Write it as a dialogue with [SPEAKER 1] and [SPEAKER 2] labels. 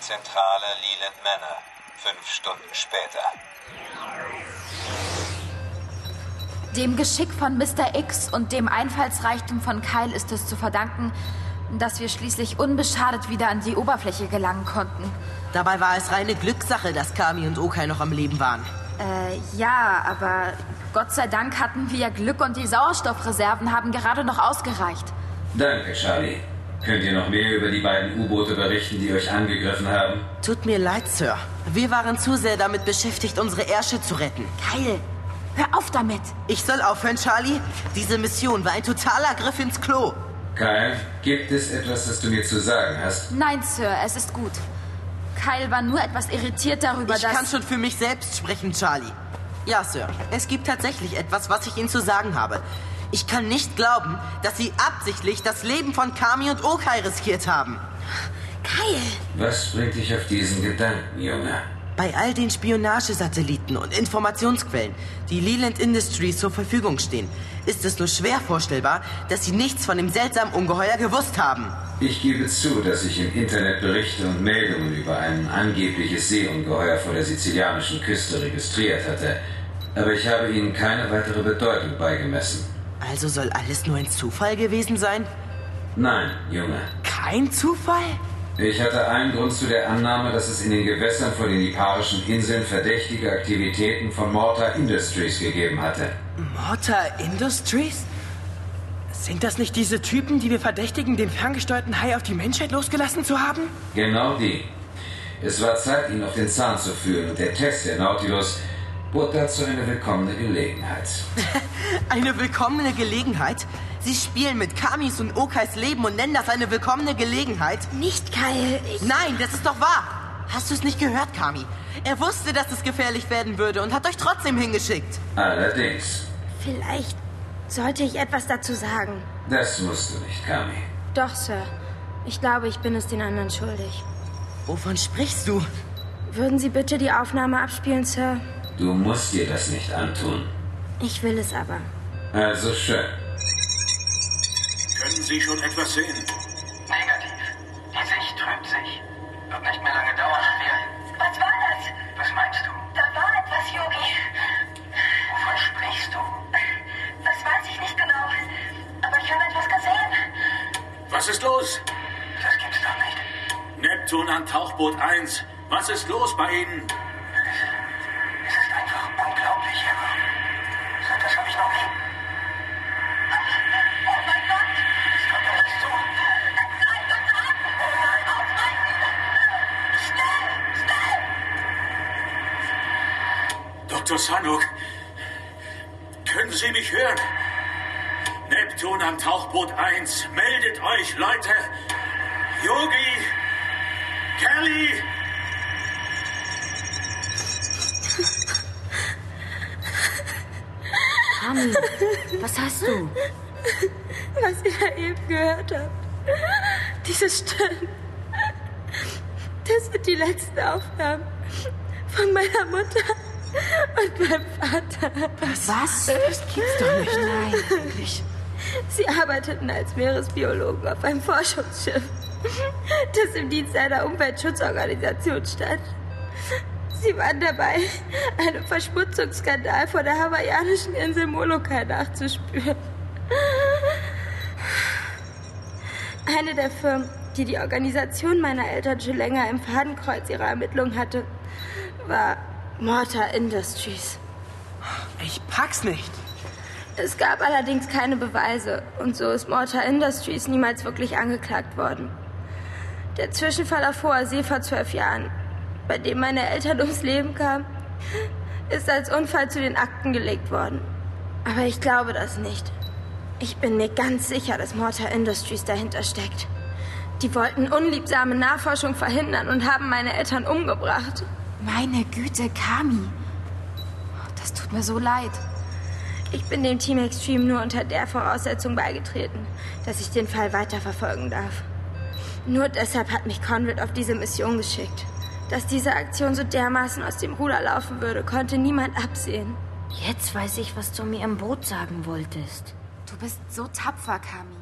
[SPEAKER 1] Zentrale Leland Manor. Fünf Stunden später.
[SPEAKER 2] Dem Geschick von Mr. X und dem Einfallsreichtum von Kyle ist es zu verdanken, dass wir schließlich unbeschadet wieder an die Oberfläche gelangen konnten.
[SPEAKER 3] Dabei war es reine Glückssache, dass Kami und Okai noch am Leben waren.
[SPEAKER 2] Äh, ja, aber Gott sei Dank hatten wir ja Glück und die Sauerstoffreserven haben gerade noch ausgereicht.
[SPEAKER 4] Danke, Charlie. Könnt ihr noch mehr über die beiden U-Boote berichten, die euch angegriffen haben?
[SPEAKER 3] Tut mir leid, Sir. Wir waren zu sehr damit beschäftigt, unsere Ärsche zu retten.
[SPEAKER 2] Kyle, hör auf damit.
[SPEAKER 3] Ich soll aufhören, Charlie. Diese Mission war ein totaler Griff ins Klo.
[SPEAKER 4] Kyle, gibt es etwas, das du mir zu sagen hast?
[SPEAKER 2] Nein, Sir, es ist gut. Kyle war nur etwas irritiert darüber,
[SPEAKER 3] Ich
[SPEAKER 2] dass...
[SPEAKER 3] kann schon für mich selbst sprechen, Charlie. Ja, Sir. Es gibt tatsächlich etwas, was ich Ihnen zu sagen habe. Ich kann nicht glauben, dass Sie absichtlich das Leben von Kami und Okai riskiert haben.
[SPEAKER 2] Kyle!
[SPEAKER 4] Was bringt dich auf diesen Gedanken, Junge?
[SPEAKER 3] Bei all den Spionagesatelliten und Informationsquellen, die Leland Industries zur Verfügung stehen, ist es nur schwer vorstellbar, dass sie nichts von dem seltsamen Ungeheuer gewusst haben.
[SPEAKER 4] Ich gebe zu, dass ich im Internet Berichte und Meldungen über ein angebliches Seeungeheuer vor der sizilianischen Küste registriert hatte, aber ich habe ihnen keine weitere Bedeutung beigemessen.
[SPEAKER 3] Also soll alles nur ein Zufall gewesen sein?
[SPEAKER 4] Nein, Junge.
[SPEAKER 3] Kein Zufall?
[SPEAKER 4] Ich hatte einen Grund zu der Annahme, dass es in den Gewässern vor den Liparischen Inseln verdächtige Aktivitäten von Mortar Industries gegeben hatte.
[SPEAKER 5] Morta Industries? Sind das nicht diese Typen, die wir verdächtigen, den ferngesteuerten Hai auf die Menschheit losgelassen zu haben?
[SPEAKER 4] Genau die. Es war Zeit, ihn auf den Zahn zu führen und der Test der Nautilus bot dazu eine willkommene Gelegenheit.
[SPEAKER 3] Eine willkommene Gelegenheit? Sie spielen mit Kamis und Okais Leben und nennen das eine willkommene Gelegenheit?
[SPEAKER 2] Nicht Kyle, ich...
[SPEAKER 3] Nein, das ist doch wahr. Hast du es nicht gehört, Kami? Er wusste, dass es gefährlich werden würde und hat euch trotzdem hingeschickt.
[SPEAKER 4] Allerdings,
[SPEAKER 2] Vielleicht sollte ich etwas dazu sagen.
[SPEAKER 4] das musst du nicht, Kami.
[SPEAKER 6] Doch, Sir. Ich glaube, ich bin es den anderen schuldig.
[SPEAKER 3] Wovon sprichst du?
[SPEAKER 6] Würden Sie bitte die Aufnahme abspielen, Sir?
[SPEAKER 4] Du musst dir das nicht antun.
[SPEAKER 6] Ich will es aber.
[SPEAKER 4] Also schön.
[SPEAKER 7] Können Sie schon etwas sehen?
[SPEAKER 8] Negativ. Die Sicht trübt sich. Wird nicht mehr lange dauern, wir. Was war das? Was meinst du? Da war etwas, Yogi. Wovon sprichst du? Das weiß ich nicht genau. Aber ich habe etwas gesehen.
[SPEAKER 7] Was ist los?
[SPEAKER 8] Das gibt's doch nicht.
[SPEAKER 7] Neptun an Tauchboot 1. Was ist los bei Ihnen?
[SPEAKER 8] Es ist einfach unglaublich, Emma. So etwas habe ich noch nie. Oh mein Gott! Es kommt auf uns zu. Nein, Gott an! Oh nein, ausweichen! Schnell, schnell!
[SPEAKER 7] Dr. Sanuk, können Sie mich hören? Neptun am Tauchboot 1, meldet euch, Leute! Yogi! Kelly!
[SPEAKER 2] Kami, was hast du?
[SPEAKER 6] Was ihr da eben gehört habt. Diese Stimmen. Das sind die letzten Aufnahmen von meiner Mutter und meinem Vater.
[SPEAKER 2] Was?
[SPEAKER 6] Sie arbeiteten als Meeresbiologen auf einem Forschungsschiff, das im Dienst einer Umweltschutzorganisation stand. Sie waren dabei, einen Verschmutzungsskandal vor der hawaiianischen Insel Molokai nachzuspüren. Eine der Firmen, die die Organisation meiner Eltern schon länger im Fadenkreuz ihrer Ermittlungen hatte, war Mortar Industries.
[SPEAKER 5] Ich pack's nicht.
[SPEAKER 6] Es gab allerdings keine Beweise und so ist Mortar Industries niemals wirklich angeklagt worden. Der Zwischenfall auf hoher See vor zwölf Jahren, bei dem meine Eltern ums Leben kamen, ist als Unfall zu den Akten gelegt worden. Aber ich glaube das nicht. Ich bin mir ganz sicher, dass Mortar Industries dahinter steckt. Die wollten unliebsame Nachforschung verhindern und haben meine Eltern umgebracht.
[SPEAKER 2] Meine Güte, Kami. Das tut mir so leid.
[SPEAKER 6] Ich bin dem Team Extreme nur unter der Voraussetzung beigetreten, dass ich den Fall weiterverfolgen darf. Nur deshalb hat mich Conrad auf diese Mission geschickt. Dass diese Aktion so dermaßen aus dem Ruder laufen würde, konnte niemand absehen.
[SPEAKER 9] Jetzt weiß ich, was du mir im Boot sagen wolltest.
[SPEAKER 2] Du bist so tapfer, Kami.